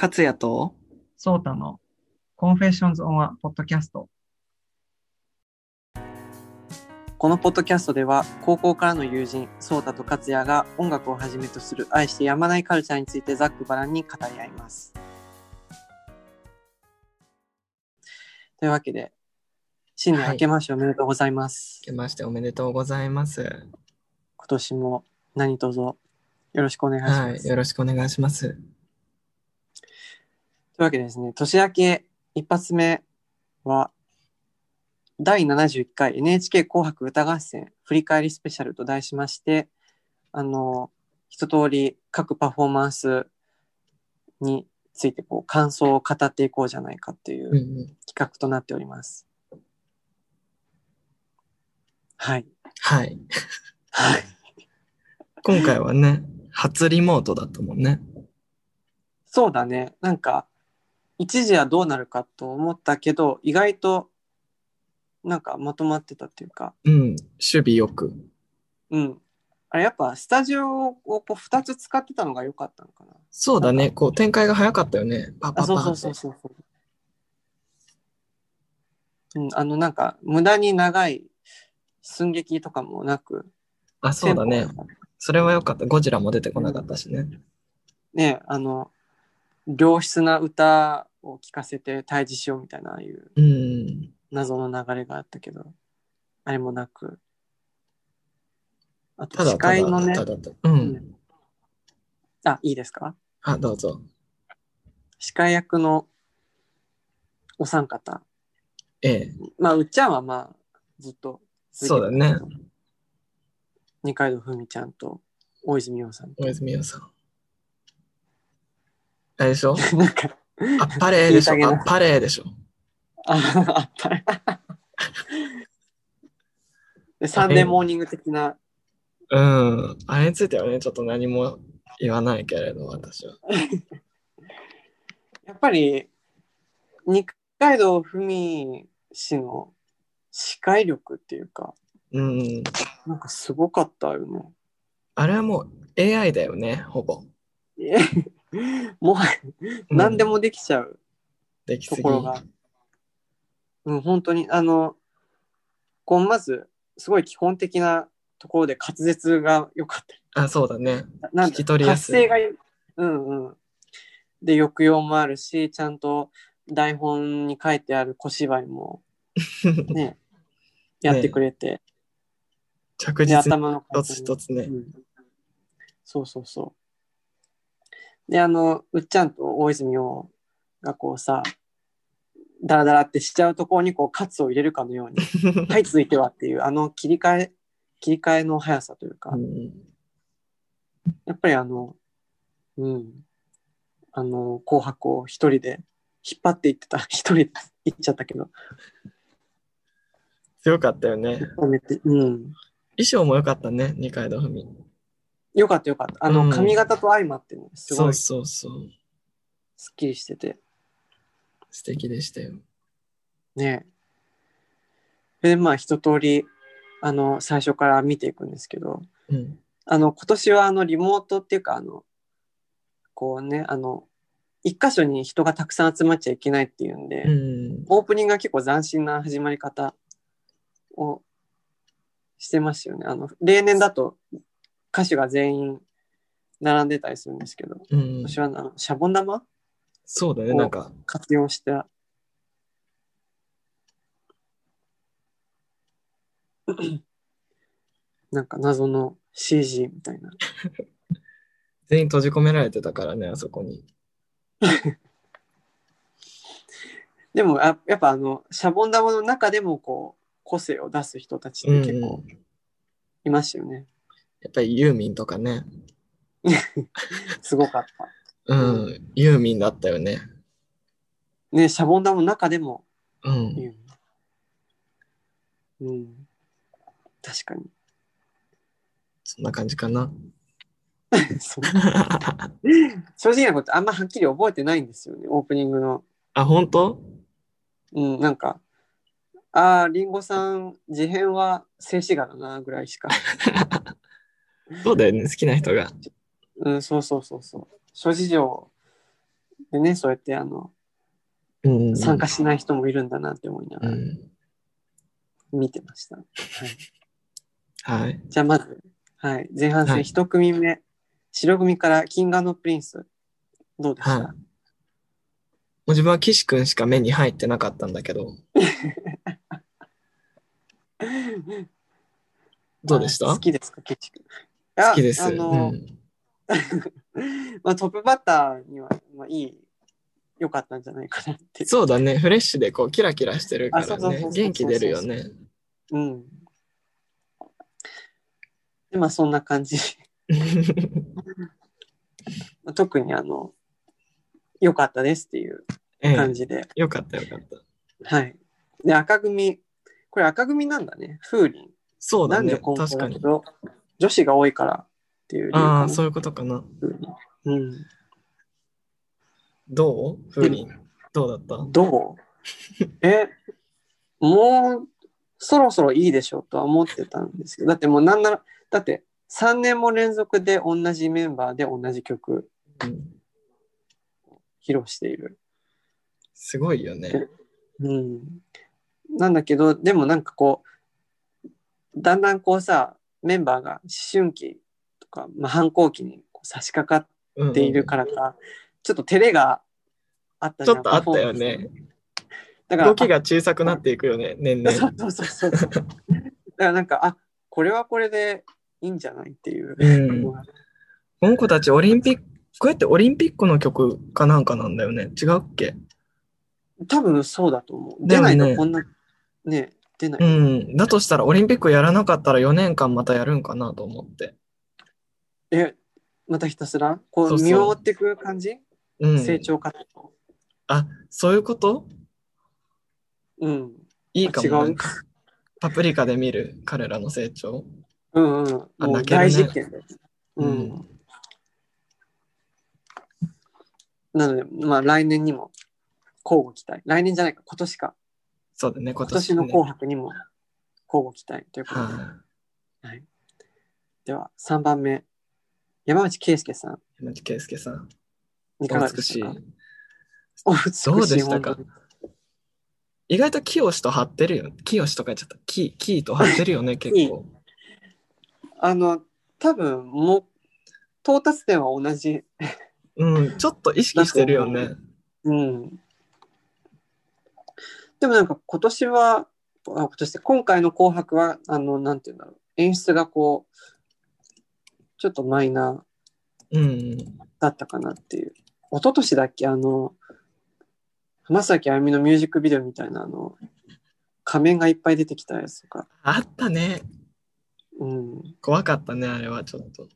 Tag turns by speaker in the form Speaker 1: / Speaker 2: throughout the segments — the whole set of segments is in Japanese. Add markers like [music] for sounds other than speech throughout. Speaker 1: 勝也と
Speaker 2: ソータの Confessions on a Podcast。
Speaker 1: このポッドキャストでは高校からの友人ソータと勝也が音楽をはじめとする愛してやまないカルチャーについてざっくばらんに語り合います。というわけで新年
Speaker 3: はい
Speaker 1: 明けましておめでとうございます。
Speaker 3: 明けましておめでとうございます。
Speaker 1: 今年も何卒よろしくお願いします。
Speaker 3: はい、よろしくお願いします。
Speaker 1: というわけでですね、年明け一発目は、第71回 NHK 紅白歌合戦振り返りスペシャルと題しまして、あの、一通り各パフォーマンスについてこう感想を語っていこうじゃないかっていう
Speaker 3: うんう
Speaker 1: 企
Speaker 3: ん、
Speaker 1: 画となっております。はい。
Speaker 3: はい。
Speaker 1: はい。
Speaker 3: 今回はね、初リモートだったもんね。
Speaker 1: そうだね。なんか、一時はどうなるかと思ったけど、意外となんかまとまってたっていうか、
Speaker 3: うん、守備よく。
Speaker 1: うん。あれやっぱスタジオをこう2つ使ってたのが良かったのかな。
Speaker 3: そうだね、こう展開が早かったよね。パ
Speaker 1: あ、
Speaker 3: パパ
Speaker 1: そう
Speaker 3: パ
Speaker 1: そ
Speaker 3: っ
Speaker 1: うそう
Speaker 3: て。
Speaker 1: そうそう。うん、あのなんか無駄に長い寸劇とかもなく、
Speaker 3: あ、そうだ
Speaker 1: テ
Speaker 3: ね
Speaker 1: ン。ポが
Speaker 3: それはよかった。ゴジラも出てこなかったしね。
Speaker 1: ね、あの、良質な歌を聴かせて対峙しようみたいな、ああいう
Speaker 3: うん。
Speaker 1: 謎の流れがあったけど、あれもなく。あ
Speaker 3: た
Speaker 1: と
Speaker 3: だ
Speaker 1: 司
Speaker 3: た
Speaker 1: 会の
Speaker 3: だ、
Speaker 1: ね
Speaker 3: た、だただ。う。
Speaker 1: うんん。あ、いいですか
Speaker 3: あ、どうぞ。
Speaker 1: 司会役のお三方。
Speaker 3: ええ。
Speaker 1: まあ、うっちゃんはまあ、ずっと
Speaker 3: そうだね。
Speaker 1: 二階堂ふみちゃんと大泉洋さん。
Speaker 3: おやすみよさん。あれで
Speaker 1: [laughs]
Speaker 3: しょ
Speaker 1: なんか、
Speaker 3: あ、パレーでしょ
Speaker 1: いい加減な
Speaker 3: あ、パレーでしょ
Speaker 1: ああったね。で、サンデーモーニング的な、
Speaker 3: うん。あれについてはね、ちょっと何も言わないけれど、私は。
Speaker 1: やっぱり、二階堂ふみ氏の司会力っていうか、
Speaker 3: うん。
Speaker 1: なんかすごかったよね。 [laughs]
Speaker 3: あれはもう AI だよね、ほぼ。
Speaker 1: えもはや、
Speaker 3: うん
Speaker 1: 何でもできちゃう。
Speaker 3: できす
Speaker 1: と
Speaker 3: ぎ。
Speaker 1: ころが。うん、本当に、あの、こう、まず、すごい基本的なところで滑舌が良かっ
Speaker 3: あ、そうだね。
Speaker 1: た。なん
Speaker 3: 聞き取りやすい
Speaker 1: 発声がいい、うんうん。で、抑揚もあるし、ちゃんと台本に書いてある小芝居も、
Speaker 3: [laughs]
Speaker 1: ね、やってくれて、
Speaker 3: 着
Speaker 1: で、
Speaker 3: 実に
Speaker 1: 頭の
Speaker 3: 一つ一
Speaker 1: つ、
Speaker 3: つね
Speaker 1: う。ん。そうそうそう。で、あの、うっちゃんと大泉洋がこうさ、ダラダラってしちゃうところにこう、カツを入れるかのように、
Speaker 3: [laughs]
Speaker 1: はい、続いてはっていう、あの切り替え、切り替えの速さというか、
Speaker 3: うん
Speaker 1: やっぱりあの、うん、あの、紅白を一人で引っ張っていってた、 [laughs] 一人で行っちゃったけど、
Speaker 3: 強かったよ
Speaker 1: や
Speaker 3: ね。
Speaker 1: めてうん。
Speaker 3: 衣装も良かったね、二階堂ふみ。
Speaker 1: よかったよかった。あ
Speaker 3: う
Speaker 1: の、
Speaker 3: ん
Speaker 1: 髪型と相まってね、す
Speaker 3: そ
Speaker 1: ご
Speaker 3: う
Speaker 1: い
Speaker 3: そうそう。
Speaker 1: スッキリしてて、
Speaker 3: 素敵でしたよ。
Speaker 1: ね。で、まあ一通り、あの、最初から見ていくんですけど、
Speaker 3: うん。
Speaker 1: あの、今年はあの、リモートっていうか、あの、こうね、あの、一箇所に人がたくさん集まっちゃいけないっていうんで、
Speaker 3: うん。
Speaker 1: オープニングが結構斬新な始まり方をしてますよね。あの、例年だと歌手が全員並んでたりするんですけど、
Speaker 3: うん
Speaker 1: 私、はあのシャボン玉
Speaker 3: そうだね、なんか、
Speaker 1: 活用した。 [coughs] なんか謎の CG みたいな。
Speaker 3: 全員閉じ込められてたからね、あそこに。
Speaker 1: でもあやっぱあのシャボン玉の中でもこう個性を出す人たちっ
Speaker 3: うんう
Speaker 1: て
Speaker 3: ん
Speaker 1: 結構いましたよね。
Speaker 3: やっぱりユーミンとかね。
Speaker 1: すごかった。
Speaker 3: うん。ユーミンだったよね。
Speaker 1: ねシャボン玉の中でも
Speaker 3: うん。
Speaker 1: 言う。うん。確かに。
Speaker 3: そんな感じかな。
Speaker 1: そう [laughs] 正直なことあんまはっきり覚えてないんですよね、オープニングの。
Speaker 3: あ、本当 [laughs]
Speaker 1: うん、なんか、ああ、リンゴさん、事変は静止画だな、ぐらいしか。
Speaker 3: そうだよね、好きな人が。
Speaker 1: うん、そうそうそうそう。諸事情でね、そうやってあの、
Speaker 3: うんうん。
Speaker 1: 参加しない人もいるんだなって思いな
Speaker 3: う
Speaker 1: がら
Speaker 3: ん。
Speaker 1: 見てました。
Speaker 3: はい。
Speaker 1: じゃあまず、はい、前半
Speaker 3: は
Speaker 1: 戦
Speaker 3: い
Speaker 1: 一組目、白組からキングプリンス、どうでした、
Speaker 3: はい。もう自分は岸くんしか目に入ってなかったんだけ
Speaker 1: [laughs]
Speaker 3: ど。どうでした
Speaker 1: あ好きですか、ケチ君。好
Speaker 3: 好きです。
Speaker 1: あの、
Speaker 3: うん
Speaker 1: まあ、トップバッターには、まあ、いい、良かったんじゃないかなって。
Speaker 3: そうだね。フレッシュでこうキラキラしてるか
Speaker 1: あ
Speaker 3: ら
Speaker 1: そうそうそう
Speaker 3: ね
Speaker 1: そ。う
Speaker 3: 元気出るよね。
Speaker 1: うん。で、まあ、そんな感じ。 [laughs] 特に、あの、良かったですっていう
Speaker 3: [laughs] ええ
Speaker 1: 感じで。
Speaker 3: よかったよかった。
Speaker 1: はい。で、赤組。これ赤組なんだね。風鈴。
Speaker 3: そうだ
Speaker 1: 男
Speaker 3: ね。
Speaker 1: 女混合
Speaker 3: 確か
Speaker 1: だけ
Speaker 3: に。
Speaker 1: ど、女子が多いからっていう理由
Speaker 3: あ
Speaker 1: か
Speaker 3: あ、
Speaker 1: な
Speaker 3: そういうことかな。
Speaker 1: うん。
Speaker 3: どう風鈴。どうだっ
Speaker 1: どう [laughs] え、もう、そろそろいいでしょうとは思ってたんですけど、だってもうなんなら、だって3年も連続で同じメンバーで同じ曲
Speaker 3: た、うん
Speaker 1: 披露している。
Speaker 3: すごいよね。
Speaker 1: うん。なんだけど、でもなんかこう、だんだんこうさ、メンバーが思春期とか、まあ、反抗期にこう差し掛か
Speaker 3: うんうん
Speaker 1: っているからか、ちょっと照れがあった
Speaker 3: ち
Speaker 1: じゃ
Speaker 3: ょ
Speaker 1: ん
Speaker 3: っとあったよ。ね。
Speaker 1: だから
Speaker 3: 動きが小さくなっていくよ
Speaker 1: [laughs]
Speaker 3: ね、年
Speaker 1: そ
Speaker 3: 々
Speaker 1: う。そうそうそう。だからなんか、あこれはこれでいいんじゃないっていう。
Speaker 3: うんこの子たちオリンピック、こうやってオリンピックの曲かなんかなんだよね。違うっけ
Speaker 1: 多分そうだと思う。
Speaker 3: だ
Speaker 1: 出
Speaker 3: よ
Speaker 1: な
Speaker 3: ね
Speaker 1: いとこんな、ね、出ない。
Speaker 3: うん。だとしたらオリンピックやらなかったら4年間またやるんかなと思って。
Speaker 1: え、またひたすら、こ
Speaker 3: そう
Speaker 1: う
Speaker 3: そう
Speaker 1: 見守っていく感じ
Speaker 3: うん。
Speaker 1: 成。長過程。
Speaker 3: あ、そういうこと
Speaker 1: うん。
Speaker 3: いいかも。
Speaker 1: 違
Speaker 3: な
Speaker 1: うん
Speaker 3: かパプリカで見る彼らの成長。
Speaker 1: うんうん。
Speaker 3: あ
Speaker 1: もう
Speaker 3: 泣けるね
Speaker 1: 大事件だよ。う
Speaker 3: うん
Speaker 1: ん。なので、まあ来年にも交互期待。来年じゃないか、今年か。
Speaker 3: そうだね、今
Speaker 1: 今年
Speaker 3: 年、
Speaker 1: の
Speaker 3: ね。
Speaker 1: 紅白にも交互期待ということで。
Speaker 3: は
Speaker 1: では3番目山内圭介さ
Speaker 3: い。山内圭介さん。
Speaker 1: んいかが
Speaker 3: お
Speaker 1: で
Speaker 3: 美し
Speaker 1: し
Speaker 3: い
Speaker 1: た。かお美しい
Speaker 3: どうでしたか
Speaker 1: 本当に
Speaker 3: 意外とキヨシと張ってるよ。キヨシとか言っちゃった。キー、キーと張ってる
Speaker 1: [laughs]
Speaker 3: よね、結構。
Speaker 1: あの多分もう到達点は同じ
Speaker 3: うん、ちょっと意識してるよ
Speaker 1: だ
Speaker 3: ね。
Speaker 1: うんでもなんか今年はあ今年って今回の「紅白は」あのなんて言うんだろう演出がこうちょっとマイナ
Speaker 3: うん。
Speaker 1: ーだったかなっていう一昨年だっけあの浜崎あゆみのミュージックビデオみたいなあの仮面がいっぱい出てきたやつとか、
Speaker 3: あったね。
Speaker 1: うん、
Speaker 3: 怖かったね、あれはちょっと。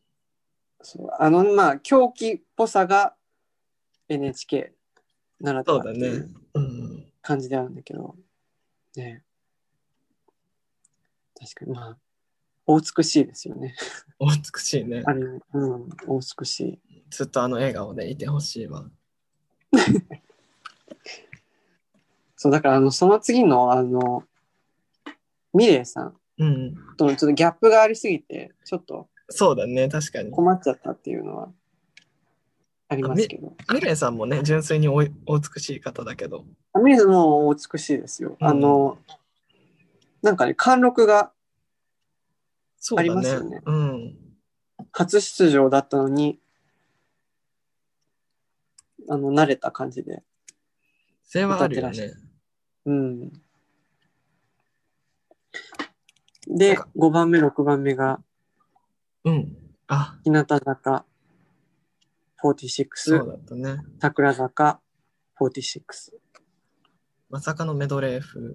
Speaker 1: そうあのまあ狂気っぽさが NHK ならで
Speaker 3: そ
Speaker 1: は
Speaker 3: う
Speaker 1: って
Speaker 3: だ
Speaker 1: い
Speaker 3: ね
Speaker 1: う。
Speaker 3: うん。
Speaker 1: 感じであるんだけどね確かにまあお美しいですよね [laughs]
Speaker 3: お美しいね
Speaker 1: あ。れうんお美しい
Speaker 3: ずっとあの笑顔でいてほしいわ。
Speaker 1: そうだからあのその次のあのミレイさん
Speaker 3: うん。
Speaker 1: とのちょっとギャップがありすぎてちょっと
Speaker 3: そうだね、確かに。
Speaker 1: 困っちゃったっていうのはありますけど
Speaker 3: ミレイさんもね、純粋におお美しい方だけど。
Speaker 1: あミレイさんもお美しいですよ、
Speaker 3: うん
Speaker 1: あのなんかね貫禄が
Speaker 3: そうだね。
Speaker 1: ありますよね
Speaker 3: うん。
Speaker 1: 初出場だったのに、あの、慣れた感じで。
Speaker 3: それはあるよ
Speaker 1: 歌っ
Speaker 3: ね。
Speaker 1: うん。
Speaker 3: なん
Speaker 1: で、
Speaker 3: か
Speaker 1: 5番目、6番目が、
Speaker 3: うん。あ、
Speaker 1: 日向坂
Speaker 3: そう
Speaker 1: 46、
Speaker 3: だったね。
Speaker 1: 桜坂46。
Speaker 3: まさかのメドレー風。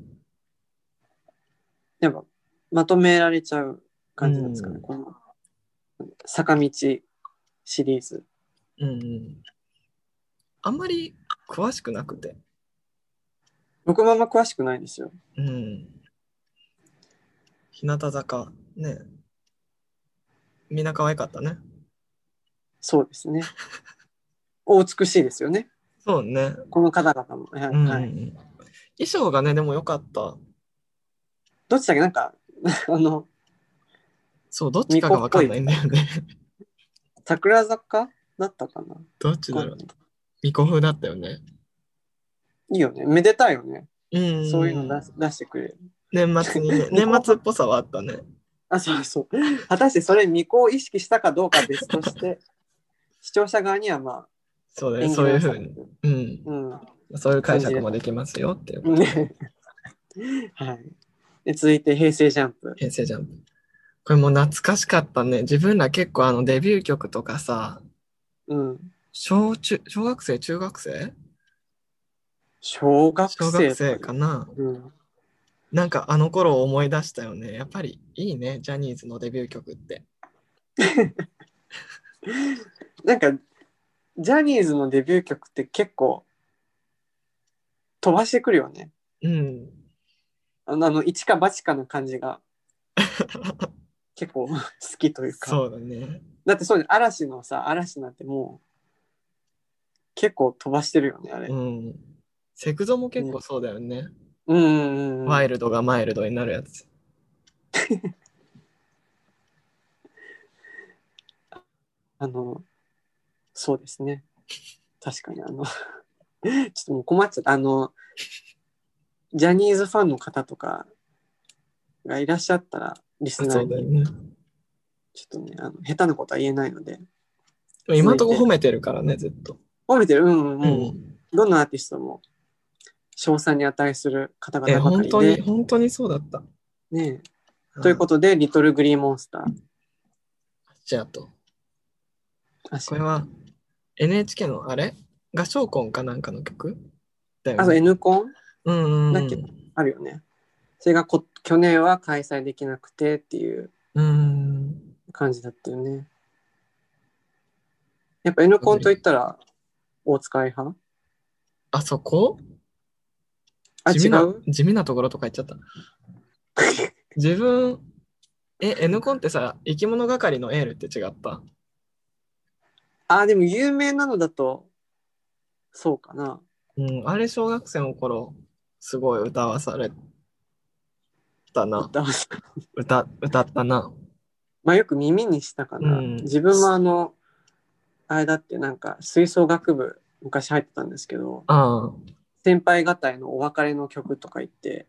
Speaker 1: やっぱ、まとめられちゃう感じなんですかね、
Speaker 3: うん
Speaker 1: この、坂道シリーズ。
Speaker 3: うんうん。あんまり詳しくなくて。
Speaker 1: 僕もあんま詳しくないんですよ。
Speaker 3: うん。日向坂、ね。みんな可愛かったね。
Speaker 1: そうです
Speaker 3: [laughs]
Speaker 1: ね。お美しいですよね。
Speaker 3: そうね。
Speaker 1: この方々も。はい
Speaker 3: うん。
Speaker 1: はい
Speaker 3: 衣装がね、でも良かった。
Speaker 1: どっちだっけなんか、 [laughs] あの、
Speaker 3: そう、どっちかが分 [laughs] かんないんだよね。
Speaker 1: 桜坂だったかな
Speaker 3: どっちだろう。巫女風だったよね。
Speaker 1: いいよね。めでたいよね。
Speaker 3: うん。
Speaker 1: そういうの出す出してくれる。
Speaker 3: 年末にね、年末っぽさはあったね。
Speaker 1: あ、そうそう。果たしてそれ、未行を意識したかどうかは別として、 [laughs] 視聴者側にはま
Speaker 3: そう
Speaker 1: あ、
Speaker 3: だね、そういうふうに。うん。
Speaker 1: うん。
Speaker 3: そういう解釈もできますよっていうこと。
Speaker 1: ね [laughs] はい。で続いて、平成ジャンプ。
Speaker 3: 平成ジャンプ。これもう懐かしかったね。自分ら結構あのデビュー曲とかさ、
Speaker 1: うん。
Speaker 3: 小中、小学生、中学生
Speaker 1: 小学生。
Speaker 3: 小学生かな。
Speaker 1: うん。
Speaker 3: なんかあの頃を思い出したよね。やっぱりいいね、ジャニーズのデビュー曲って。
Speaker 1: なんか、ジャニーズのデビュー曲って結構、飛ばしてくるよね。
Speaker 3: うん。
Speaker 1: あの、あの一か八かの感じ
Speaker 3: [laughs]
Speaker 1: が、結構好きというか。
Speaker 3: そうだね。
Speaker 1: だってそうね嵐のさ、嵐なんてもう、結構飛ばしてるよね、あれ。
Speaker 3: うん。セクゾも結構そうだよね。
Speaker 1: うんうんうんうん。
Speaker 3: ワイルドがマイルドになるやつ。
Speaker 1: あの、そうですね。確かに、あの、ち [laughs] ょっともう困っちゃった。あの、ジャニーズファンの方とかがいらっしゃったら、リス
Speaker 3: そう
Speaker 1: ナ
Speaker 3: だ
Speaker 1: ー
Speaker 3: よ
Speaker 1: に、
Speaker 3: ね。
Speaker 1: ちょっとね、あの下手なことは言えないので、
Speaker 3: 今んとこ褒めてるからね、ずっと。
Speaker 1: 褒めてる、うんうん、もう、
Speaker 3: ん
Speaker 1: どんなアーティストも、賞賛に値する方
Speaker 3: え、
Speaker 1: 々ばか
Speaker 3: 本
Speaker 1: り
Speaker 3: 当に、
Speaker 1: で、
Speaker 3: 本当にそうだった。
Speaker 1: ねえ、ということで、リトルグリーンモンスター、
Speaker 3: と。じゃあと。
Speaker 1: あし
Speaker 3: これは NHK のあれ合唱コンかなんかの曲だよ
Speaker 1: あと
Speaker 3: ね。
Speaker 1: N コン
Speaker 3: うんうんうん。
Speaker 1: だっけあるよね。それがこ去年は開催できなくてっていう
Speaker 3: うん。
Speaker 1: 感じだったよね。やっぱ N コンと言ったら大塚愛派
Speaker 3: あそこ
Speaker 1: あ、
Speaker 3: 地味
Speaker 1: 違
Speaker 3: な
Speaker 1: う
Speaker 3: 地味なところとか言っちゃ
Speaker 1: [laughs]
Speaker 3: った。自分、え、N コンってさ、生き物係のエールって違った
Speaker 1: あ、でも有名なのだと、そうかな。
Speaker 3: うん、あれ小学生の頃、すごい歌わされたな。
Speaker 1: 歌わせ
Speaker 3: 歌、歌ったな。
Speaker 1: まあよく耳にしたかな。
Speaker 3: うん
Speaker 1: 自分もあの、あれだってなんか吹奏楽部昔入ってたんですけど、
Speaker 3: ああ、
Speaker 1: 先輩方へのお別れの曲とか言って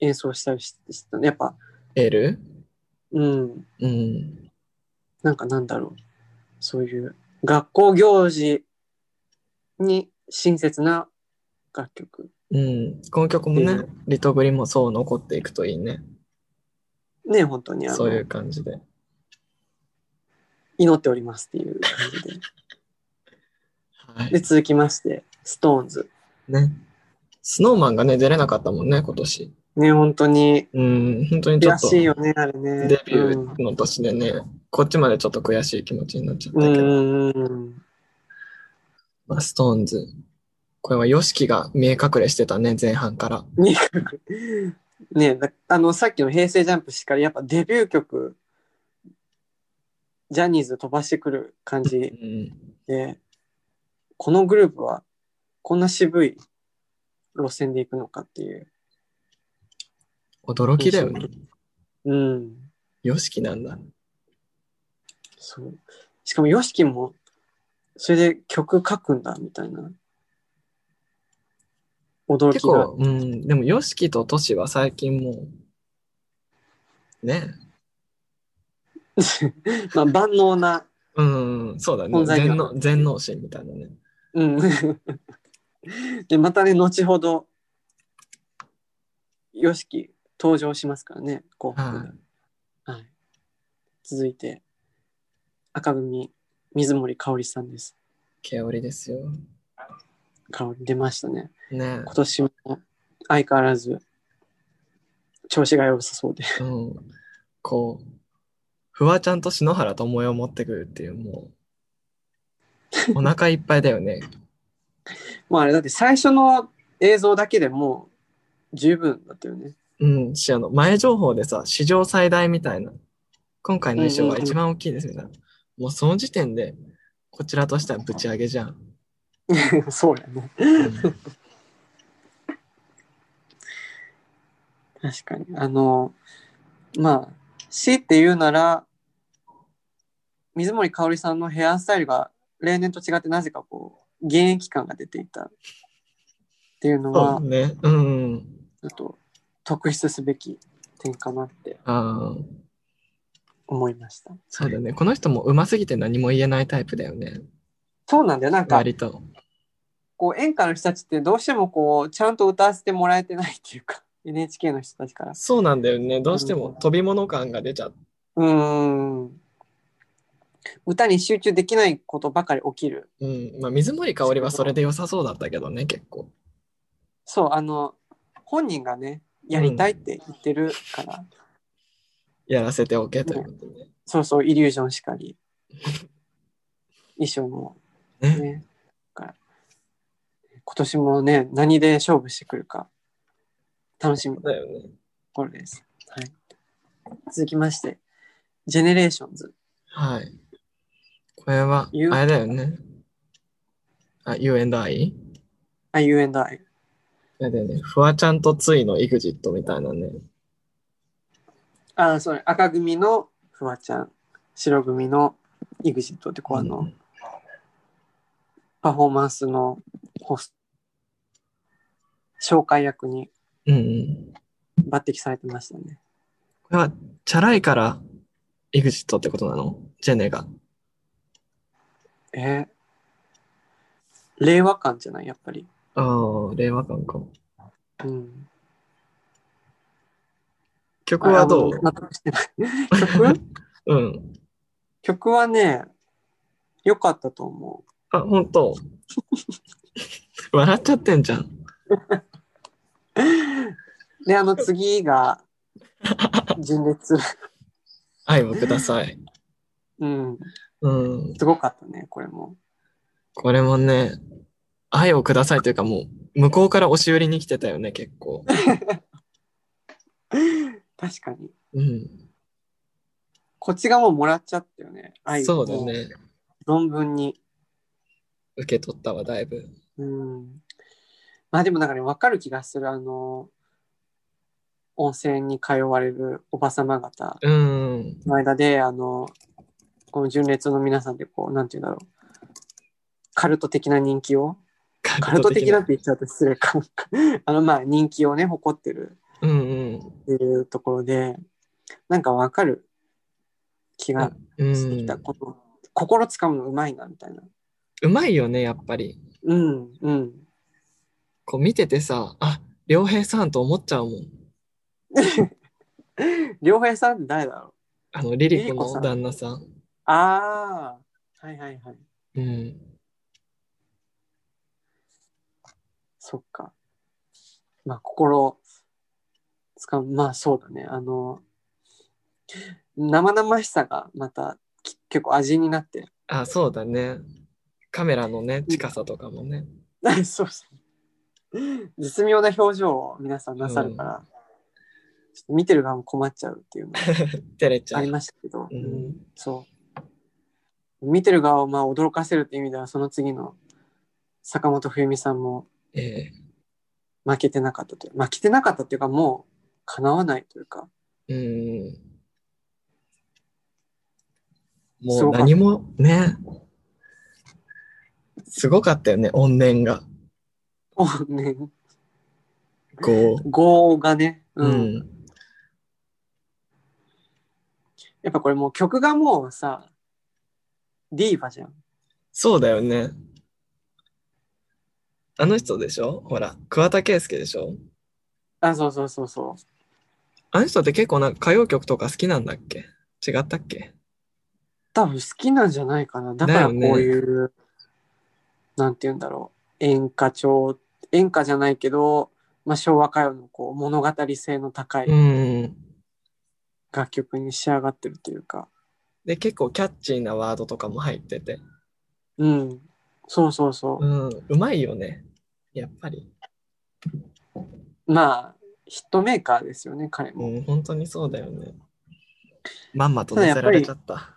Speaker 1: 演奏したりししてたね。やっぱ、
Speaker 3: エール
Speaker 1: うん、
Speaker 3: うん。
Speaker 1: なんかなんだろう。そういう学校行事に親切な楽曲。
Speaker 3: うん。この曲も
Speaker 1: う
Speaker 3: ね、リトグリもそう残っていくといいね。
Speaker 1: ね、本当にあの
Speaker 3: そういう感じで。
Speaker 1: 祈っておりますっていう
Speaker 3: [laughs]
Speaker 1: 感じで。
Speaker 3: は
Speaker 1: で、
Speaker 3: い。
Speaker 1: 続きまして、ストーンズ。
Speaker 3: ね。スノーマンがね、出れなかったもんね、今年。
Speaker 1: ね、本当に
Speaker 3: うん、本当にちょ
Speaker 1: 悔
Speaker 3: っと
Speaker 1: しい
Speaker 3: デ
Speaker 1: よね、あれね。
Speaker 3: ビューの年でね、こっちまでちょっと悔しい気持ちになっちゃっ
Speaker 1: う
Speaker 3: たけ
Speaker 1: ん。う
Speaker 3: ど、
Speaker 1: んうんうん。
Speaker 3: まあ、ストーンズ。これは YOSHIKI が見え隠れしてたね、前半から。
Speaker 1: ねねだあの、さっきの平成ジャンプしっかり、やっぱデビュー曲、ジャニーズ飛ばしてくる感じ。
Speaker 3: うん。
Speaker 1: で、このグループはこんな渋い路線で行くのかっていう。
Speaker 3: 驚きだよね。
Speaker 1: うん。
Speaker 3: YOSHIKI なんだ。
Speaker 1: そう。しかも、ヨシキも、それで曲書くんだ、みたいな。驚
Speaker 3: 結
Speaker 1: きが。
Speaker 3: 構、うん、でも YOSHIKI とトシは最近もう、ね、
Speaker 1: [laughs] まあ、万能な、
Speaker 3: うん、そうだね。
Speaker 1: 存在には
Speaker 3: 全能、全能心みたいなね。
Speaker 1: うん。で、またね、後ほど、ヨシキ登場しますからね、後
Speaker 3: は
Speaker 1: 半で。はい。続いて、赤組、水森かおりさんです。
Speaker 3: い。毛織ですよ。
Speaker 1: 香り出ましたね。
Speaker 3: ね
Speaker 1: 今年も相変わらず調子が良さそうで。 [laughs]
Speaker 3: え。うん。こう、フワちゃんと篠原智恵を持ってくるっていう、もう、お腹いっぱいだよね。
Speaker 1: まああれだって最初の映像だけでもう十分だったよね。 [laughs]
Speaker 3: うん。し、あの、前情報でさ、史上最大みたいな。今回の衣装は一番大きいですみたいな。もうその時点で、こちらとしてはぶち上げじゃん。
Speaker 1: そうやね。
Speaker 3: うん
Speaker 1: 確かに。あの、まあ、強いて言うなら、水森かおりさんのヘアスタイルが例年と違ってなぜかこう、現役感が出ていたっていうの
Speaker 3: そ
Speaker 1: は
Speaker 3: う、ね。うんうん。
Speaker 1: ちょっと特筆すべき点かなって
Speaker 3: ああ、
Speaker 1: 思いました。
Speaker 3: そうだね。この人もうますぎて何も言えないタイプだよね。
Speaker 1: そうなんだよ。なんか、
Speaker 3: 割と。
Speaker 1: こう、演歌の人たちってどうしてもこう、ちゃんと歌わせてもらえてないっていうか、NHK の人たちから。
Speaker 3: そうなんだよね。どうしても飛び物感が出ちゃう。
Speaker 1: うーん。歌に集中できないことばかり起きる。
Speaker 3: うん。まあ、水森かおりはそれで良さそうだったけどね、結構。
Speaker 1: そう、あの、本人がね、やりたいって言ってるから、
Speaker 3: やらせておけということで。
Speaker 1: そうそう、イリュージョンしかり、衣装も
Speaker 3: ね
Speaker 1: ね、だから今年もね、何で勝負してくるか、楽しみなと
Speaker 3: だよね。
Speaker 1: ころです。はい、続きまして、ジェネレーションズ。
Speaker 3: はい。これは、
Speaker 1: You-
Speaker 3: あれだよね。あ、You and I?
Speaker 1: IU and I。
Speaker 3: あれだよね。フワちゃんとついの EXIT みたいなね。
Speaker 1: あ、それ、赤組のフワちゃん、白組の EXIT って、こう、あの、パフォーマンスのホスト、紹介役に
Speaker 3: うんうん。
Speaker 1: 抜擢されてましたね。
Speaker 3: これは、チャラいから EXIT ってことなのジェネが。
Speaker 1: えー令和感じゃないやっぱり。
Speaker 3: ああ、令和感か。
Speaker 1: うん。
Speaker 3: 曲はどう
Speaker 1: あ納得してない
Speaker 3: [laughs]
Speaker 1: 曲
Speaker 3: うん。
Speaker 1: 曲はね、良かったと思う。
Speaker 3: あ、本当 [laughs] 笑っちゃってんじゃん。
Speaker 1: で、あの次が、純烈。 [laughs]
Speaker 3: 愛をください。
Speaker 1: うん。
Speaker 3: うん。
Speaker 1: すごかったね、これも。
Speaker 3: これもね、愛をくださいというかもう、向こうから押し売りに来てたよね、結構。
Speaker 1: 確かに。
Speaker 3: うん。
Speaker 1: こっちがもうもらっちゃったよね。愛を
Speaker 3: そうだ。ね。
Speaker 1: 論文に。
Speaker 3: 受け取ったわ、だいぶ。
Speaker 1: うん。まあでもなんかね、わかる気がする。あの、温泉に通われるおばさま方。
Speaker 3: うん。
Speaker 1: の間で、あの、この純烈の皆さんで、こう、なんて言うんだろう。カルト的な人気を、カルト的なって言っちゃうと失礼かも。 [laughs] あの、まあ、人気をね、誇ってる
Speaker 3: うんうん。
Speaker 1: っていうところで、なんかわかる気が
Speaker 3: う
Speaker 1: してき
Speaker 3: ん
Speaker 1: た。この、心つかむのうまいな、みたいな。
Speaker 3: うまいよね、やっぱり。
Speaker 1: うん、うん。
Speaker 3: こう見ててさ、あ、良平さんと思っちゃうもん。
Speaker 1: 良平さんって誰だろう
Speaker 3: あの、リリ
Speaker 1: リ
Speaker 3: コ
Speaker 1: リコさ
Speaker 3: の
Speaker 1: ん
Speaker 3: 旦那さん。
Speaker 1: ああ、はいはいはい。
Speaker 3: うん。
Speaker 1: そっか。まあ、心つかむ。まあ、そうだね。あの、生々しさがまたき結構味になって。 [laughs]
Speaker 3: あ、そうだね。カメラのね、近さとかもね。
Speaker 1: そうそう。絶妙な表情を皆さんなさるから、ちょっと見てる側も困っちゃうっていう
Speaker 3: [laughs]
Speaker 1: のが
Speaker 3: 照れちゃ
Speaker 1: あり
Speaker 3: う。
Speaker 1: ましたけど、
Speaker 3: うん
Speaker 1: そう。見てる側をまあ驚かせるっていう意味では、その次の坂本冬美さんも
Speaker 3: ええ
Speaker 1: 負けてなかったという、負けてなかったっていうか、もう叶わないというか、
Speaker 3: うん。
Speaker 1: すご
Speaker 3: もう
Speaker 1: かった
Speaker 3: 何もね。すごかったよね、怨念が。
Speaker 1: もうね、
Speaker 3: こ
Speaker 1: 語がね、
Speaker 3: う。う
Speaker 1: うん
Speaker 3: ん。
Speaker 1: やっぱこれもう曲がもうさ、ディーバじゃん。
Speaker 3: そうだよね。あの人でしょほら、桑田佳祐でしょ
Speaker 1: あ、そうそうそうそ
Speaker 3: あの人って結構なんか歌謡曲とか好きなんだっけ違ったっ
Speaker 1: う。
Speaker 3: け
Speaker 1: 多分好きなんじゃないかな。だからこういう、なんて言うんだろう。演歌調、演歌じゃないけど、まあ、昭和歌謡のこう物語性の高い
Speaker 3: うん。
Speaker 1: 楽曲に仕上がってるというか。
Speaker 3: で、結構キャッチーなワードとかも入ってて。
Speaker 1: うん。そうそうそう
Speaker 3: う。ん、うまいよね。やっぱり。
Speaker 1: まあ、ヒットメーカーですよね、彼も。
Speaker 3: うん、本当にそうだよね。まんまと乗せられちゃった。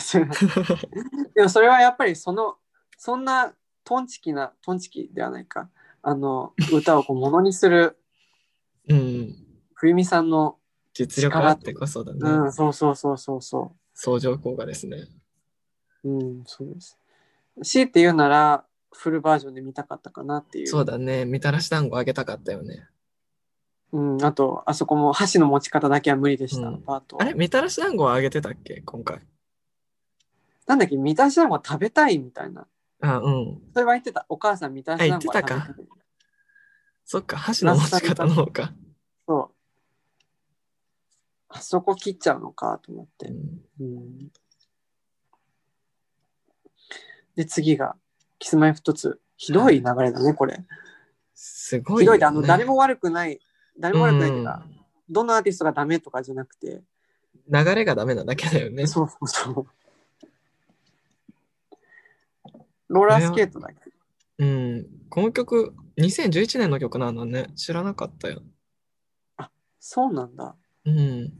Speaker 1: [laughs] でもそれはやっぱりそのそんなトンチキなトンチキではないかあの歌をこうものにする
Speaker 3: うん。
Speaker 1: 冬美さんの、
Speaker 3: 実力あってこそだ
Speaker 1: う
Speaker 3: ね。
Speaker 1: ん、そうそうそうそうそ
Speaker 3: 相乗効果ですね。
Speaker 1: ううんそうです強いて言うならフルバージョンで見たかったかなっていう。
Speaker 3: そうだね。みたらし団子あげたかったよね。
Speaker 1: うん、あと、あそこも箸の持ち方だけは無理でした、
Speaker 3: うん
Speaker 1: パートは
Speaker 3: あれみたらし団子はあげてたっけ今回。
Speaker 1: なんだっけ、みたらし団子は食べたいみたいな。
Speaker 3: あ、うん。
Speaker 1: それは言ってた、お母さんみたらし団子は食べ
Speaker 3: あ
Speaker 1: た
Speaker 3: 言
Speaker 1: い。
Speaker 3: そっか、箸の持ち方の方か。
Speaker 1: そう。あそこ切っちゃうのかと思って。うんで、次が、キスマイフト2。ひどい流れだね、これ。
Speaker 3: すごい、ね。
Speaker 1: ひどいで、あの、誰も悪くない、誰も悪くないという
Speaker 3: う
Speaker 1: か、
Speaker 3: ん
Speaker 1: どのアーティストがダメとかじゃなくて、
Speaker 3: 流れがダメなだけだよね。
Speaker 1: そうそうそう。ローラースケートだっけ
Speaker 3: うん。この曲、2011年の曲なんだね。知らなかったよ。
Speaker 1: そうなんだ。
Speaker 3: うん。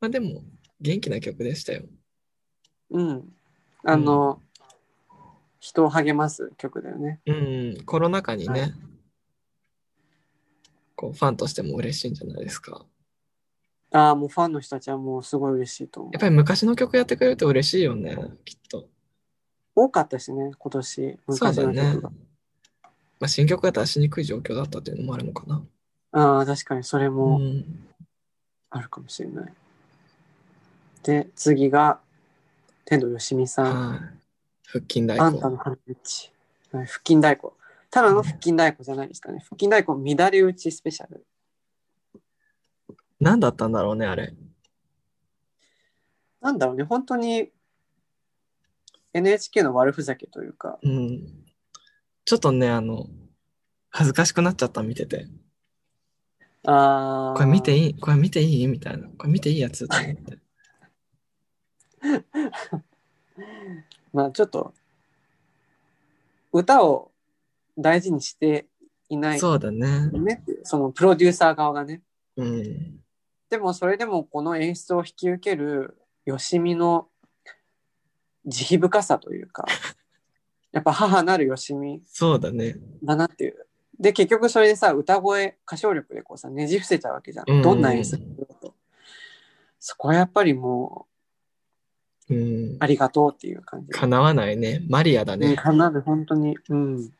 Speaker 3: まあでも、元気な曲でしたよ。
Speaker 1: うん。あの、人を励ます曲だよね。
Speaker 3: うん。コロナ禍にね、
Speaker 1: はい
Speaker 3: こう、ファンとしても嬉しいんじゃないですか。
Speaker 1: ああ、もうファンの人たちはもうすごい嬉しいと思う
Speaker 3: やっ。ぱり昔の曲やってくれると嬉しいよね、きっと。
Speaker 1: 多かったしね、今年、
Speaker 3: そう
Speaker 1: 昔
Speaker 3: だ
Speaker 1: の
Speaker 3: ね
Speaker 1: 曲が。。
Speaker 3: まあ、新曲が出しにくい状況だったっていうのもあるのかな。
Speaker 1: ああ、確かにそれ
Speaker 3: う
Speaker 1: も
Speaker 3: ん。
Speaker 1: あるかもしれない。で、次が、天童よしみさん、
Speaker 3: はい。腹筋大
Speaker 1: あん
Speaker 3: 根
Speaker 1: た。の腹打ち、はい腹筋太鼓。ただの腹筋太鼓じゃないですかね。腹筋太鼓乱れ打ちスペシャル。
Speaker 3: 何だったんだろうね、あれ。
Speaker 1: なんだろうね、本当に NHK の悪ふざけというか、
Speaker 3: うん。ちょっとね、あの、恥ずかしくなっちゃった、見てて。
Speaker 1: ああ、
Speaker 3: これ見ていいこれ見ていいみたいな。これ見ていいやつと思って。
Speaker 1: まあちょっと、歌を大事にしていない
Speaker 3: そうだね。
Speaker 1: ねっていうそのプロデューサー側がね。
Speaker 3: うん。
Speaker 1: でもそれでもこの演出を引き受けるよしみの慈悲深さというか、やっぱ母なるよしみ
Speaker 3: そうだね。
Speaker 1: だなっていう。で、結局それでさ、歌声、歌唱力でこうさ、ねじ伏せちゃうわけじゃ
Speaker 3: うん
Speaker 1: ん。どんな演出だろうと。そこはやっぱりも
Speaker 3: うん
Speaker 1: う、あ。りがとうっていう感じ。
Speaker 3: 叶わないね。マリアだ
Speaker 1: うん、
Speaker 3: ね。
Speaker 1: かなで本当に。うん。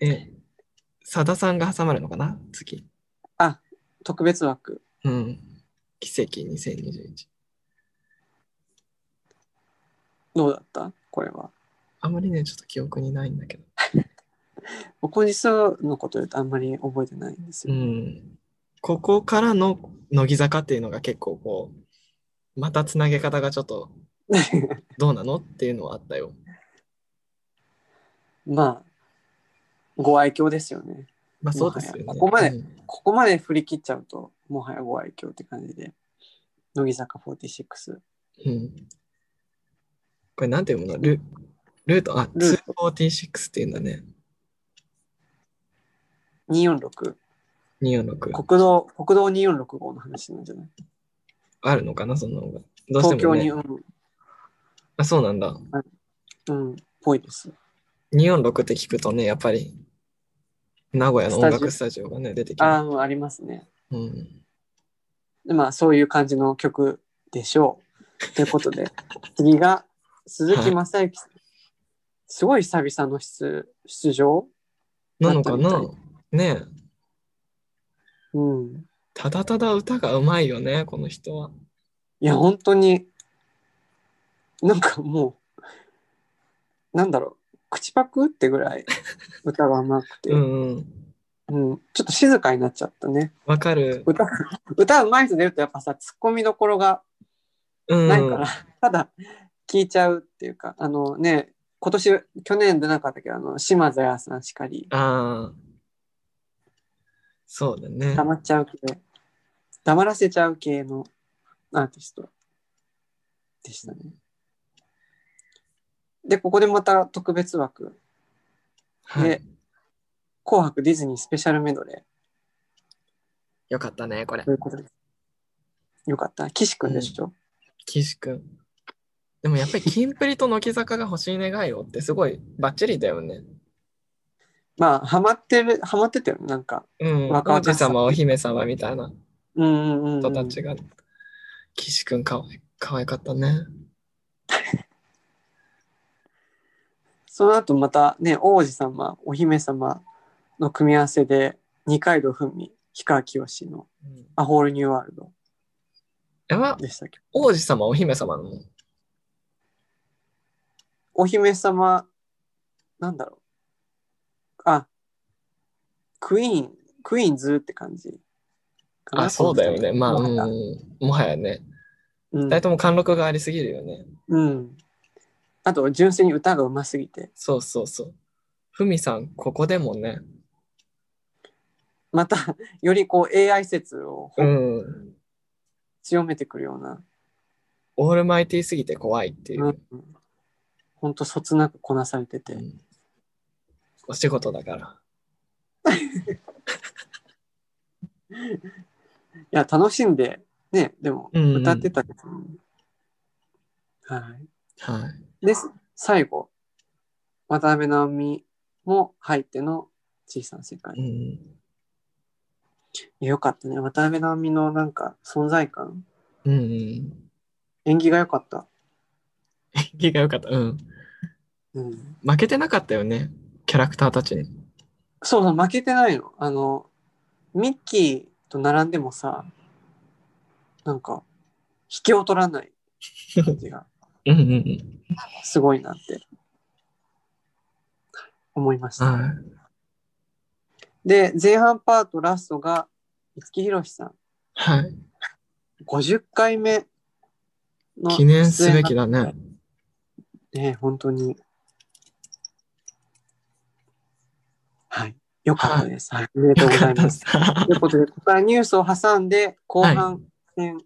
Speaker 3: で、さださんが挟まるのかな次。
Speaker 1: 特別枠。
Speaker 3: うん。奇跡2021。
Speaker 1: どうだったこれは。
Speaker 3: あんまりね、ちょっと記憶にないんだけど。
Speaker 1: 僕にそうのこと言うとあんまり覚えてないんです
Speaker 3: う
Speaker 1: よ。
Speaker 3: ん。ここからの乃木坂っていうのが結構こう、またつなげ方がちょっ
Speaker 1: [laughs]
Speaker 3: とどうなのっていうのはあったよ。
Speaker 1: まあ、ご愛嬌ですよね。
Speaker 3: まあそうですよね。
Speaker 1: ここまで
Speaker 3: うん
Speaker 1: ここまで振り切っちゃうと、もはやご愛嬌って感じで。乃木坂46。
Speaker 3: うん。これなんていうものルルート、あ、
Speaker 1: ルー
Speaker 3: 246っていうんだね。
Speaker 1: 246。
Speaker 3: 246。
Speaker 1: 国道、国道246号の話なんじゃない
Speaker 3: あるのかな、そんなのが。どうして
Speaker 1: 東京
Speaker 3: も、
Speaker 1: に、
Speaker 3: ね。あ、そうなんだ。
Speaker 1: うん、うん、ぽいです。
Speaker 3: 246って聞くとね、やっぱり、名古屋の音楽スタジオがね、出てき
Speaker 1: あ
Speaker 3: ま
Speaker 1: あ、うんありますね。
Speaker 3: す。うん。
Speaker 1: でまあ、そういう感じの曲でしょう。ということ
Speaker 3: [laughs]
Speaker 1: で、次が、鈴木雅之さん。すごい久々の出出場
Speaker 3: なのか
Speaker 1: だ
Speaker 3: な
Speaker 1: ったみ
Speaker 3: ねえ
Speaker 1: うん。
Speaker 3: ただただ歌がうまいよね、この人は。
Speaker 1: いや、本当に、なんかもう、なんだろう、口パクってぐらい歌が甘くて、
Speaker 3: う
Speaker 1: うん
Speaker 3: んうん。
Speaker 1: ちょっと静かになっちゃったね。
Speaker 3: わかる。
Speaker 1: 歌、歌うまい人出るとやっぱさ、ツッコミどころが
Speaker 3: うん。
Speaker 1: ないから、ただ聞いちゃうっていうか、あのね、今年、去年出なかったけど、あの、島津亜矢さんしかり、
Speaker 3: ああ。そうだね。
Speaker 1: 黙っちゃう系、黙らせちゃう系のアーティストでしたね。で、ここでまた特別枠、
Speaker 3: はい
Speaker 1: で紅白ディズニースペシャルメドレ
Speaker 3: よかったね、これ
Speaker 1: ーと。いうことです。よかった。岸くんでしょ、
Speaker 3: 岸くん。でもやっぱりキンプリと乃木坂が欲しい願いをってすごいバッチリだよね。
Speaker 1: まあ、ハマってる、ハマってたよね、なんか。
Speaker 3: うん。
Speaker 1: 若
Speaker 3: 王
Speaker 1: 々し
Speaker 3: 子
Speaker 1: さ
Speaker 3: 様、お姫様みたいな
Speaker 1: うんうんうん、
Speaker 3: 人たちが。岸くんかわいかわいかったね。
Speaker 1: その後またね、王子様、お姫様の組み合わせで、二階堂ふみ、氷川きよしの
Speaker 3: うん
Speaker 1: アホールニューワールド
Speaker 3: えは、
Speaker 1: でしたっけ
Speaker 3: 王子様、お姫様の。
Speaker 1: お姫様、なんだろう。あ、クイーン、クイーンズって感じかな。
Speaker 3: あ、そうだよね。まあ、
Speaker 1: こ
Speaker 3: う
Speaker 1: の二人
Speaker 3: ん。もはやね。
Speaker 1: うん
Speaker 3: 二人とも貫禄がありすぎるよね。
Speaker 1: うん。あと、純粋に歌がうますぎて。
Speaker 3: そうそうそう。ふみさん、ここでもね。
Speaker 1: また、 [laughs] よりこう AI 説をほ
Speaker 3: うん。
Speaker 1: 強めてくるような、
Speaker 3: オールマイティーすぎて怖いっていう。
Speaker 1: うんほんとそつなくこなされてて。
Speaker 3: うんお仕事だから。
Speaker 1: いや、楽しんで、ね、でも、
Speaker 3: うん
Speaker 1: 歌ってたけど、は。
Speaker 3: はい
Speaker 1: で、最後、渡辺直美も入っての小さな世界
Speaker 3: い。う。ん。
Speaker 1: いやよかったね。渡辺直美のなんか存在感、
Speaker 3: うん。
Speaker 1: 演技が良かった。
Speaker 3: 演技が良かった。うん。
Speaker 1: うん。
Speaker 3: 負けてなかったよね。キャラクターたちに。
Speaker 1: そうそう、負けてないの。あの、ミッキーと並んでもさ、なんか、引けを取らない感じが、
Speaker 3: うんうんうん。
Speaker 1: すごいなって、思いました。
Speaker 3: はい。
Speaker 1: で、前半パートラストが、五木ひろしさん、
Speaker 3: はい。
Speaker 1: 50回目の
Speaker 3: 記念すべき
Speaker 1: だ。
Speaker 3: だね。
Speaker 1: ね、本当に。はい。よかったです。はい。おめでと
Speaker 3: よ
Speaker 1: うござ
Speaker 3: かっ
Speaker 1: い
Speaker 3: た
Speaker 1: ま。
Speaker 3: ですす。
Speaker 1: ということで、ここからニュースを挟んで、後半戦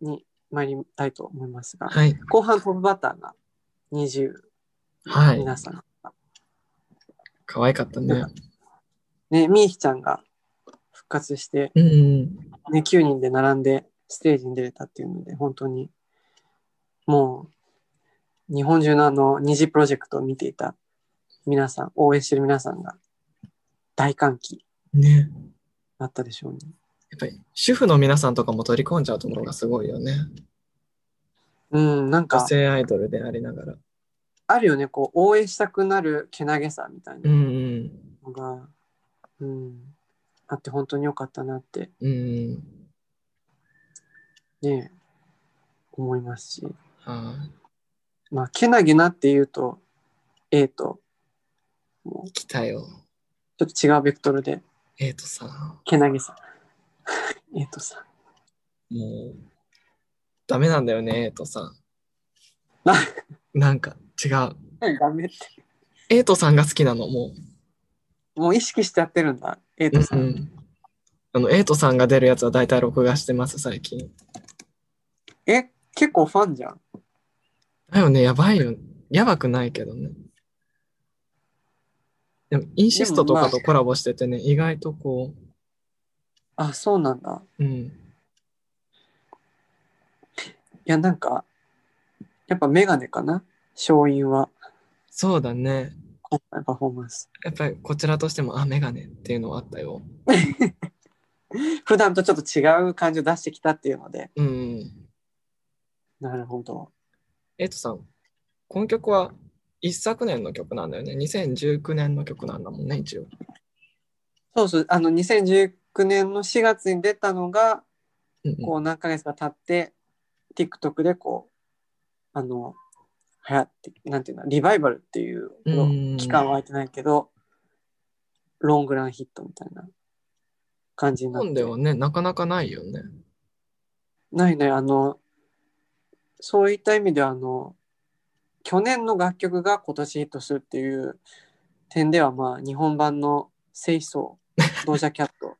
Speaker 1: に参りたいと思いますが、
Speaker 3: はい。
Speaker 1: 後半トップバッターが20、
Speaker 3: はい。
Speaker 1: 皆さん。
Speaker 3: 可愛かったね。
Speaker 1: ね、みーひちゃんが復活して、
Speaker 3: うんうん。
Speaker 1: ね、9人で並んでステージに出れたっていうので、本当に、もう、日本中のあの、二次プロジェクトを見ていた皆さん、応援してる皆さんが大歓喜
Speaker 3: ね。
Speaker 1: だったでしょうね。
Speaker 3: やっぱり、主婦の皆さんとかも取り込んじゃうところがすごいよね。
Speaker 1: うん、なん
Speaker 3: 女
Speaker 1: か、
Speaker 3: 性アイドルでありながら。
Speaker 1: あるよね、こう、応援したくなるけなげさみたいな
Speaker 3: うんうん。
Speaker 1: のが、うん、あって本当に良かったなって、
Speaker 3: うんうん。
Speaker 1: ね、思いますし。
Speaker 3: はい
Speaker 1: まあ、けなげなっていうと、えー、と、もう
Speaker 3: 来たよ。
Speaker 1: ちょっと違うベクトルで、
Speaker 3: えーとさ、
Speaker 1: けなげさ。 [laughs] えーとさ。
Speaker 3: もう、ダメなんだよね、えーとさ
Speaker 1: な。
Speaker 3: なんか、違う。
Speaker 1: ダメって。
Speaker 3: エイトさんが好きなの、も
Speaker 1: もう意識しちゃってるんだ、えー
Speaker 3: う。
Speaker 1: とさ。
Speaker 3: ん。あの、エイトさんが出るやつは大体録画してます、最近。
Speaker 1: え、結構ファンじゃん。
Speaker 3: だよね、やばいよ。やばくないけどね。でも、インシストとかとコラボしててね、意外とこ
Speaker 1: あ、そうなんだ。
Speaker 3: う、うん。
Speaker 1: いや、なんか、やっぱメガネかな勝因は、
Speaker 3: そうだね。
Speaker 1: 今回パフォーマンス。
Speaker 3: やっぱりこちらとしても、あ、メガネっていうのはあったよ。
Speaker 1: 普段とちょっと違う感じを出してきたっていうので、
Speaker 3: うん。
Speaker 1: なるほど。
Speaker 3: エイトさん、この曲は一昨年の曲なんだよね。2019年の曲なんだもんね、一応。
Speaker 1: そうそう、あの、2019年の4月に出たのが、
Speaker 3: うんうん
Speaker 1: こう何ヶ月か経って、TikTok でこう、あの、流行って、なんていうの、リバイバルっていう
Speaker 3: うん
Speaker 1: 期間は空いてないけど、ロングランヒットみたいな感じに
Speaker 3: 日
Speaker 1: なっ
Speaker 3: 本
Speaker 1: て
Speaker 3: で。はね、なかなかないよね。
Speaker 1: ないね、あの、そういった意味では、あの、去年の楽曲が今年ヒットするっていう点では、まあ、日本版の清掃、ドージャキャッ
Speaker 3: [laughs]
Speaker 1: ト、
Speaker 3: うん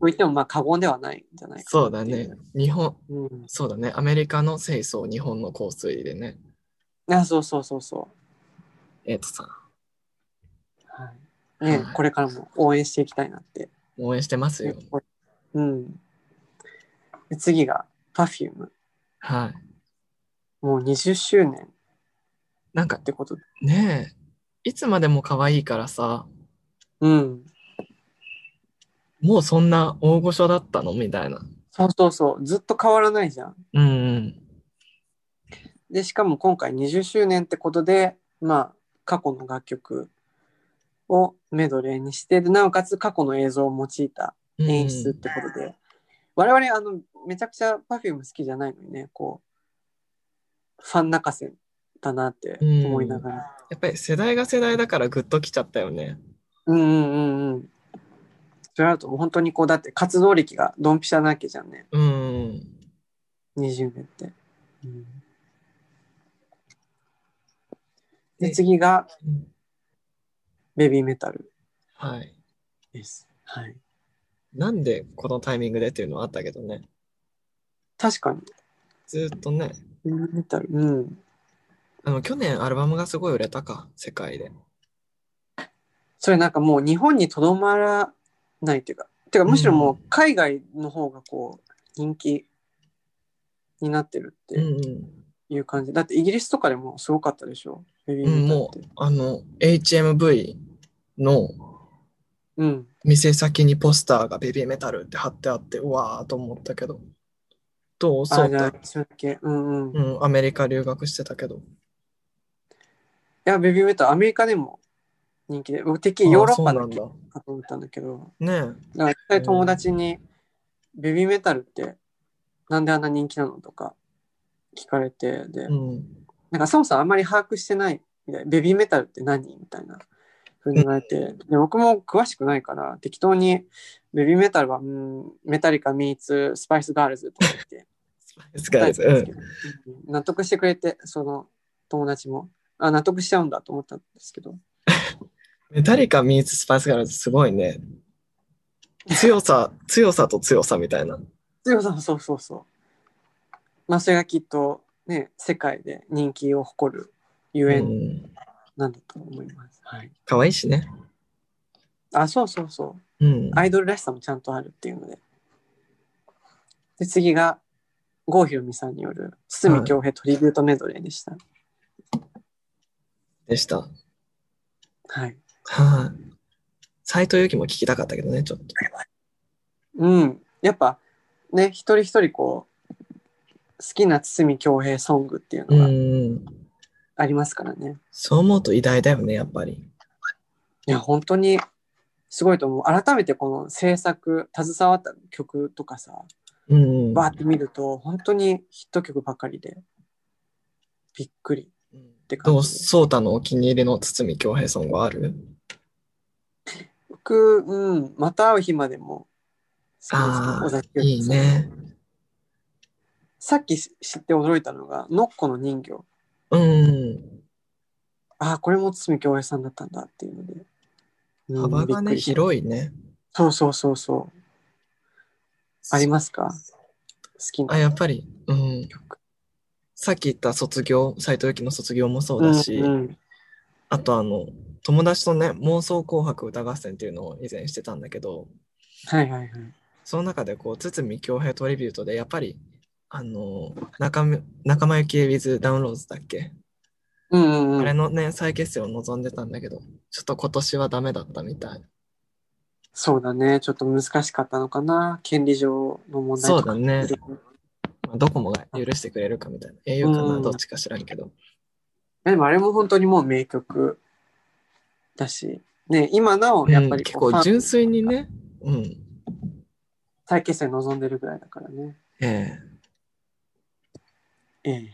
Speaker 1: といってもまあ過言ではないんじゃないかな
Speaker 3: そうだね。日本、
Speaker 1: うん。
Speaker 3: そうだね。アメリカの清掃、日本の香水でね。
Speaker 1: あ、そうそうそうそう。
Speaker 3: エイトさん、
Speaker 1: はい。ね、
Speaker 3: はい
Speaker 1: これからも応援していきたいなって。
Speaker 3: 応援してますよ。
Speaker 1: うん。で次が Perfume。
Speaker 3: はい。
Speaker 1: もう20周年
Speaker 3: なんか
Speaker 1: ってことで。
Speaker 3: ねえ、いつまでも可愛いからさ、
Speaker 1: うん。
Speaker 3: もうそんな大御所だったのみたいな。
Speaker 1: そうそうそう。ずっと変わらないじゃん。
Speaker 3: うんうん。
Speaker 1: で、しかも今回20周年ってことで、まあ、過去の楽曲をメドレーにして、でなおかつ過去の映像を用いた演出ってことで、我々、あの、めちゃくちゃ Perfume 好きじゃないのにね、こう、ファン泣かせだなって思いながら。
Speaker 3: やっぱり世代が世代だからグッときちゃったよね。
Speaker 1: うんうんうんうん。それだと本当にこう、だって活動歴がドンピシャなわけじゃんね、
Speaker 3: うん。
Speaker 1: 20年って。うんで、
Speaker 3: で
Speaker 1: 次がベビーメタル
Speaker 3: はい。
Speaker 1: です。はい。
Speaker 3: なんでこのタイミングでっていうのはあったけどね。
Speaker 1: 確かに。
Speaker 3: ずっとね、
Speaker 1: ベビーメタル。うん。
Speaker 3: あの去年アルバムがすごい売れたか、世界で。
Speaker 1: それなんかもう日本にとどまらないというか、てかむしろもう海外の方がこう人気になってるっ
Speaker 3: うん
Speaker 1: て
Speaker 3: うん。
Speaker 1: いう感じ。だってイギリスとかでもすごかったでしょベビーメタルって。
Speaker 3: あの、HMV の
Speaker 1: うん。
Speaker 3: 店先にポスターがベビーメタルって貼ってあって、うわーと思ったけど。どうそ
Speaker 1: あ、
Speaker 3: う
Speaker 1: じゃあ
Speaker 3: だ。、
Speaker 1: それだけ。うんうん。い
Speaker 3: うん、アメリカ留学してたけど。
Speaker 1: や、ベビーメタル、アメリカでも人気で、僕的にヨーロッパ
Speaker 3: あそ
Speaker 1: の
Speaker 3: うなんだ。
Speaker 1: かと思ったんだけど、
Speaker 3: ねえ。
Speaker 1: だから一回友達に、ベビーメタルってなんであんな人気なのとか聞かれて、で、
Speaker 3: うん。
Speaker 1: なんかそもそもあんまり把握してないみたいな、ベビーメタルって何みたいな風に言われて、で僕も詳しくないから、適当にベビーメタルは、うん、メタリカ、ミーツ、スパイスガールズとか言って、
Speaker 3: スパイスガールズ。うん。
Speaker 1: うん納得してくれて、その友達も、あ、納得しちゃうんだと思ったんですけど、
Speaker 3: メタリカ、ミーツ、スパイスガールズ、すごいね。強さ、 [laughs] 強さと強さみたいな。
Speaker 1: そうそうそうそうそう。まあそれがきっとね、世界で人気を誇るゆ
Speaker 3: う
Speaker 1: えん
Speaker 3: ん。
Speaker 1: なんだと思います。はい。
Speaker 3: 可愛いしね。
Speaker 1: あ、そうそうそう。
Speaker 3: うん。
Speaker 1: アイドルらしさもちゃんとあるっていうので。で、次が、郷ひろみさんによる、堤京平トリビュートメドレーでした。
Speaker 3: でした。
Speaker 1: はい。
Speaker 3: はい。斎藤由貴も聞きたかったけどね、ちょっと。
Speaker 1: うん。やっぱ、ね、一人一人こう、好きな堤京平ソングっていう
Speaker 3: う
Speaker 1: のが
Speaker 3: ん。
Speaker 1: ありますからね。
Speaker 3: そう思うと偉大だよね、やっぱり。
Speaker 1: いや、本当に、すごいと思う。改めてこの制作、携わった曲とかさ、
Speaker 3: うんうん。
Speaker 1: バーって見ると、本当にヒット曲ばかりで、びっくりって感
Speaker 3: どう、
Speaker 1: じ。
Speaker 3: そうたのお気に入りの堤京平ソングはある
Speaker 1: 僕、うん、また会う日までも好きですけ
Speaker 3: あ
Speaker 1: ど、
Speaker 3: あ
Speaker 1: 尾崎
Speaker 3: いい
Speaker 1: 豊さん
Speaker 3: ね。
Speaker 1: さっき知って驚いたのが、ノッコの人形。
Speaker 3: うん。
Speaker 1: ああ、これも堤京平さんだったんだっていうので。うん
Speaker 3: 幅が
Speaker 1: びっく
Speaker 3: ね、
Speaker 1: りした
Speaker 3: 広いね。
Speaker 1: そうそうそうそう。ありますか好き
Speaker 3: あ、
Speaker 1: な
Speaker 3: やっぱり、うん。
Speaker 1: 曲。
Speaker 3: さっき言った卒業、斎藤由貴の卒業もそうだし、
Speaker 1: うんうん
Speaker 3: あとあの、友達とね、妄想紅白歌合戦っていうのを以前してたんだけど、
Speaker 1: はいはいはい。
Speaker 3: その中でこう、堤京平トリビュートで、やっぱり、あの、仲間仲間由紀恵 with ダウンローズだっけ、
Speaker 1: うんうんうん。
Speaker 3: あれのね、再結成を望んでたんだけど、ちょっと今年はダメだったみたい。
Speaker 1: そうだね。ちょっと難しかったのかな。権利上の問題
Speaker 3: そ
Speaker 1: と
Speaker 3: う
Speaker 1: か。
Speaker 3: だね
Speaker 1: い。ろいろ
Speaker 3: まあ、ドコモが許してくれるかみたいな。au かな、
Speaker 1: うん
Speaker 3: どっちか知らんけど。
Speaker 1: でもあれも本当にもう名曲だし、ね、今なおやっぱ
Speaker 3: うん
Speaker 1: り
Speaker 3: 結
Speaker 1: こう、フ
Speaker 3: 構
Speaker 1: ァン
Speaker 3: 純粋にね。うん。
Speaker 1: 再結成望んでるぐらいだからね。
Speaker 3: ええ
Speaker 1: ええ。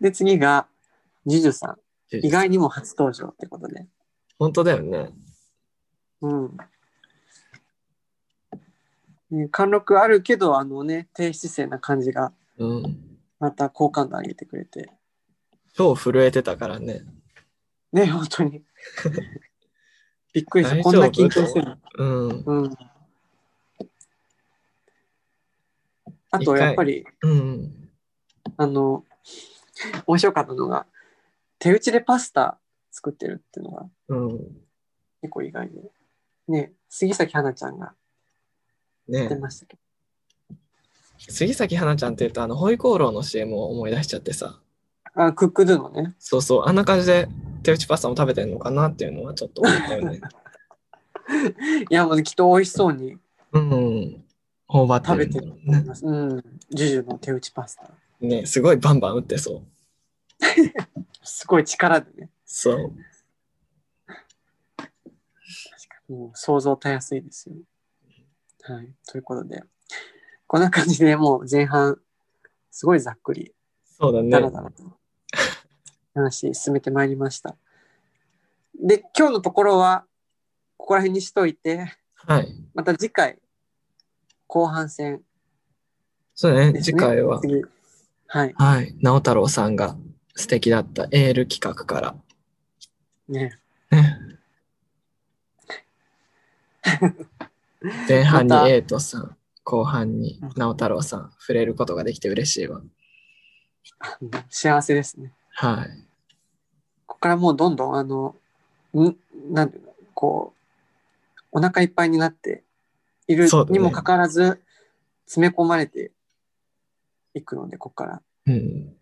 Speaker 1: で、次が、ジュジュさん。意外にも初登場ってことで。
Speaker 3: 本当だよね。
Speaker 1: うん。ね貫禄あるけど、あのね、低姿勢な感じが、
Speaker 3: うん。
Speaker 1: また好感度上げてくれて。
Speaker 3: 超震えてたからね。
Speaker 1: ね、本当に。びっくりした。
Speaker 3: 大
Speaker 1: こ
Speaker 3: 丈
Speaker 1: ん
Speaker 3: 夫
Speaker 1: な緊張してる。
Speaker 3: うん。
Speaker 1: うん。あと、やっぱり、
Speaker 3: うん。
Speaker 1: あの、面白かったのが、手打ちでパスタ作ってるっていうのが
Speaker 3: うん。
Speaker 1: 結構意外で。ね、杉咲花ちゃんが
Speaker 3: ね
Speaker 1: 出ましたけ
Speaker 3: 杉咲花ちゃんって言うと、あの、ホイコーローの CM を思い出しちゃってさ。
Speaker 1: ど。あ、クックドゥのね。
Speaker 3: そうそう、あんな感じで手打ちパスタも食べてんのかなっていうのはちょっと思ったよね。
Speaker 1: いや、もうきっと美味しそうに
Speaker 3: うん。頬張
Speaker 1: 食
Speaker 3: って
Speaker 1: べ
Speaker 3: るん
Speaker 1: て
Speaker 3: だ
Speaker 1: る
Speaker 3: ろ
Speaker 1: と
Speaker 3: う
Speaker 1: 思い
Speaker 3: ね。
Speaker 1: ます。うん。ジュジュの手打ちパスタ。
Speaker 3: ね、すごいバンバン打ってそう。
Speaker 1: すごい力でね。
Speaker 3: そう。
Speaker 1: 確かに。もう想像たやすいですよ。はい。ということで、こんな感じでもう前半、すごいざっくり、
Speaker 3: そう
Speaker 1: だ
Speaker 3: だ
Speaker 1: ら
Speaker 3: ね。
Speaker 1: だらと話進めてまいりました。で、今日のところは、ここら辺にしといて、
Speaker 3: はい。
Speaker 1: また次回、後半戦
Speaker 3: そうだ
Speaker 1: で
Speaker 3: ね。
Speaker 1: す
Speaker 3: 次
Speaker 1: ね。
Speaker 3: 回は、
Speaker 1: 次。はい。
Speaker 3: はい。直太朗さんが素敵だったエール企画か
Speaker 1: ね。
Speaker 3: [laughs] ら、ね。前半に
Speaker 1: また
Speaker 3: エイトさん、後半に直太朗さん、触れることができて嬉しいわ。
Speaker 1: あの幸せですね。
Speaker 3: はい。
Speaker 1: ここからもうどんどん、あの、ん、なんていうの、こう、お腹いっぱいになっている
Speaker 3: そうだ
Speaker 1: に
Speaker 3: ね
Speaker 1: もかかわらず、詰め込まれていくので、ここから、
Speaker 3: うん。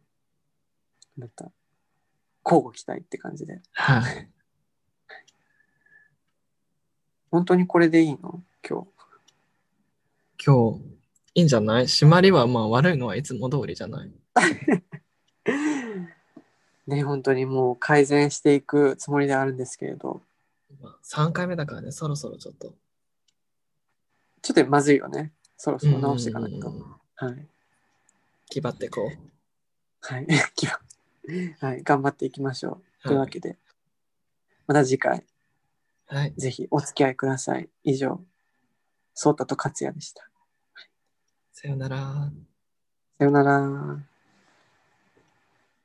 Speaker 1: また、交互期待って感じで。
Speaker 3: はい。
Speaker 1: 本当にこれでいいの今
Speaker 3: 今日、いいんじゃない締まりはまあ悪いのはいつも通りじゃない。
Speaker 1: 日。ね、本当にもう改善していくつもりではあるんですけれど、
Speaker 3: まあ3回目だからね、そろそろちょっと。
Speaker 1: ちょっとまずいよね。そろそろ直していかないと。
Speaker 3: うん
Speaker 1: はい。
Speaker 3: 気張ってこう。
Speaker 1: はい。 [laughs] はい。頑張っていきましょう。という
Speaker 3: は
Speaker 1: わ
Speaker 3: い。
Speaker 1: けで、また次回。
Speaker 3: はい、
Speaker 1: ぜひお付き合いください。以上、ソータと勝也でした。
Speaker 3: さよなら。
Speaker 1: さようなら。